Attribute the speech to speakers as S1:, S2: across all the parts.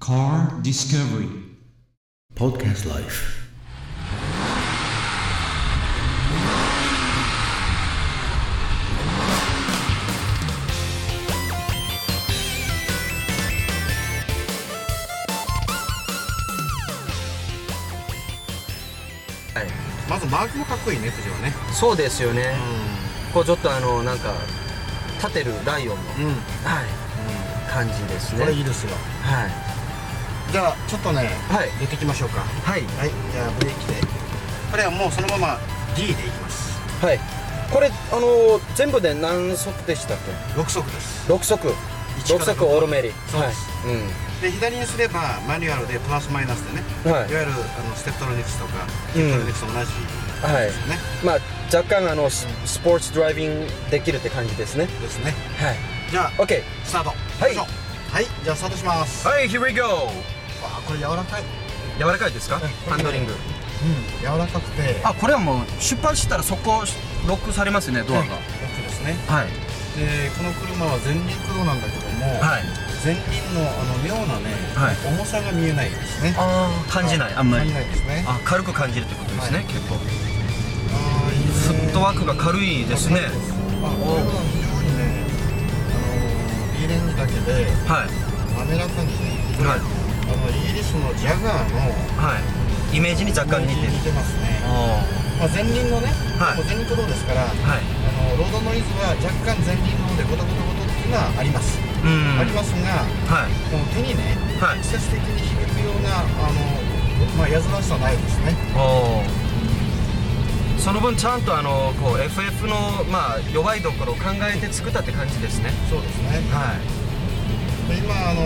S1: Car Discovery
S2: Podcast Life
S3: はい、
S4: まずマークもかっこいいね藤はね
S3: そうですよね、
S4: う
S3: こうちょっとあのなんか立てるライオンの、
S4: んうん
S3: はい、感じですね
S4: これいいですよ
S3: はい
S4: じゃあちょっとね
S3: はい
S4: 入れていきましょうか
S3: はい
S4: はいじゃあブレーキでこれはもうそのまま D でいきます
S3: はいこれあのー全部で何足でしたっ
S4: 6速です
S3: け6足
S4: 一
S3: 6
S4: から
S3: 足オールメリ
S4: そうです
S3: はい、
S4: で左にすればマニュアルでプラスマイナスでね、
S3: うんはい
S4: い、わゆるあのステッドロニクスとか
S3: う
S4: テ
S3: ん
S4: ッドロニクスと同じです
S3: はい
S4: よね、
S3: まあ若干あのススポーツドライビングできるって感じですね
S4: ですね
S3: はい
S4: じゃあ
S3: OK
S4: スタート
S3: はい
S4: 行きましょうはいじゃあスタートしますわ
S3: はい Here we go
S4: あこれ柔らかい
S3: 柔らかいですかハンドリング
S4: うん柔らかくて
S3: あこれはもう出発したらそこロックされますねドアが
S4: 奥ですね
S3: はい
S4: でこの車は前輪駆動なんだけども、
S3: はい
S4: 前輪のあの妙なね、
S3: はい
S4: 重さが見えないですね
S3: ああ感じないあんま
S4: 感
S3: り
S4: じないですね
S3: あ軽く感じるってことですね、
S4: はい
S3: 結構
S4: あーいい
S3: フ
S4: ね
S3: ットワークが軽いですね
S4: あこれは非常にねあのー、リーレンジだけで
S3: はい
S4: 滑らかにね、
S3: はい
S4: あのイギリスのジャガーの
S3: はいイメージに若干似てる
S4: 似てますね、
S3: あ
S4: まあ、前輪のね、
S3: はい
S4: もう前輪駆動ですか
S3: あ
S4: らあ
S3: はい
S4: のロードノイズは若干前輪の方でゴトゴトゴトっていうのはあります、
S3: うん
S4: ありますが
S3: はい
S4: この手にね
S3: はい
S4: 直接的に響くようなあの、まあ、やずらしさないですね
S3: おーその分ちゃんとあのこう FF のまあ弱いところを考えて作ったって感じですね
S4: そうですね
S3: はい
S4: で今あの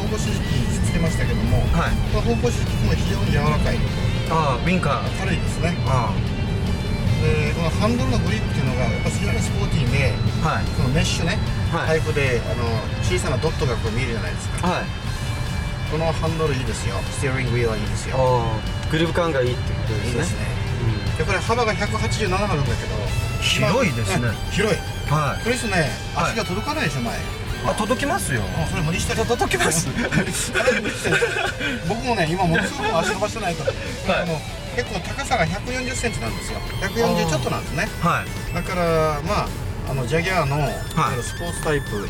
S4: 方向指示器つけましたけども、
S3: はい
S4: この方向指示器も非常に柔らかい
S3: ああウィンカー
S4: 軽いですね
S3: あ
S4: でこのハンドルのグリップっていうのがやっぱ非常にスポーティーで
S3: あはい
S4: このメッシュね、
S3: はい
S4: タイプであの小さなドットがこう見えるじゃないですか
S3: はい
S4: このハンドルいいですよステアリングウィールはいいですよ
S3: ああグルーヴ感がいいってことで
S4: いい
S3: すね
S4: ですねでこれ幅が187あるんだけど
S3: 広いですね
S4: まあ広
S3: う
S4: い
S3: んはい
S4: これですね
S3: はい
S4: 足が届かないでしょ前、
S3: あ届きますよ
S4: あそれ無理してる
S3: 届きます
S4: 僕もね今ものすごく足伸ばしてないから、
S3: はい
S4: もう結構高さが1 4 0センチなんですよ
S3: あー
S4: 140ちょっとなんですね
S3: はい
S4: だからまああのジャギャーの、スポーツタイプで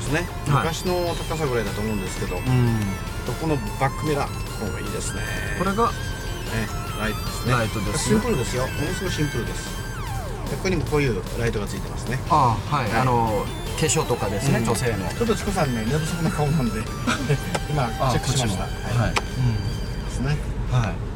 S4: すね、
S3: はい
S4: 昔の高さぐらいだと思うんですけど、
S3: うん
S4: どこのバックミラーの方がいいですね
S3: これが
S4: ねライトですね
S3: ライトですね
S4: シンプルですよものすごいシンプルですでここにもこういうライトがついてますね
S3: ああはい、
S4: はい
S3: あの化粧とかですね、
S4: うん
S3: 女性の
S4: ちょっとチコさんね 寝不足な顔なんで今チェックしました
S3: はい、
S4: ですね
S3: はい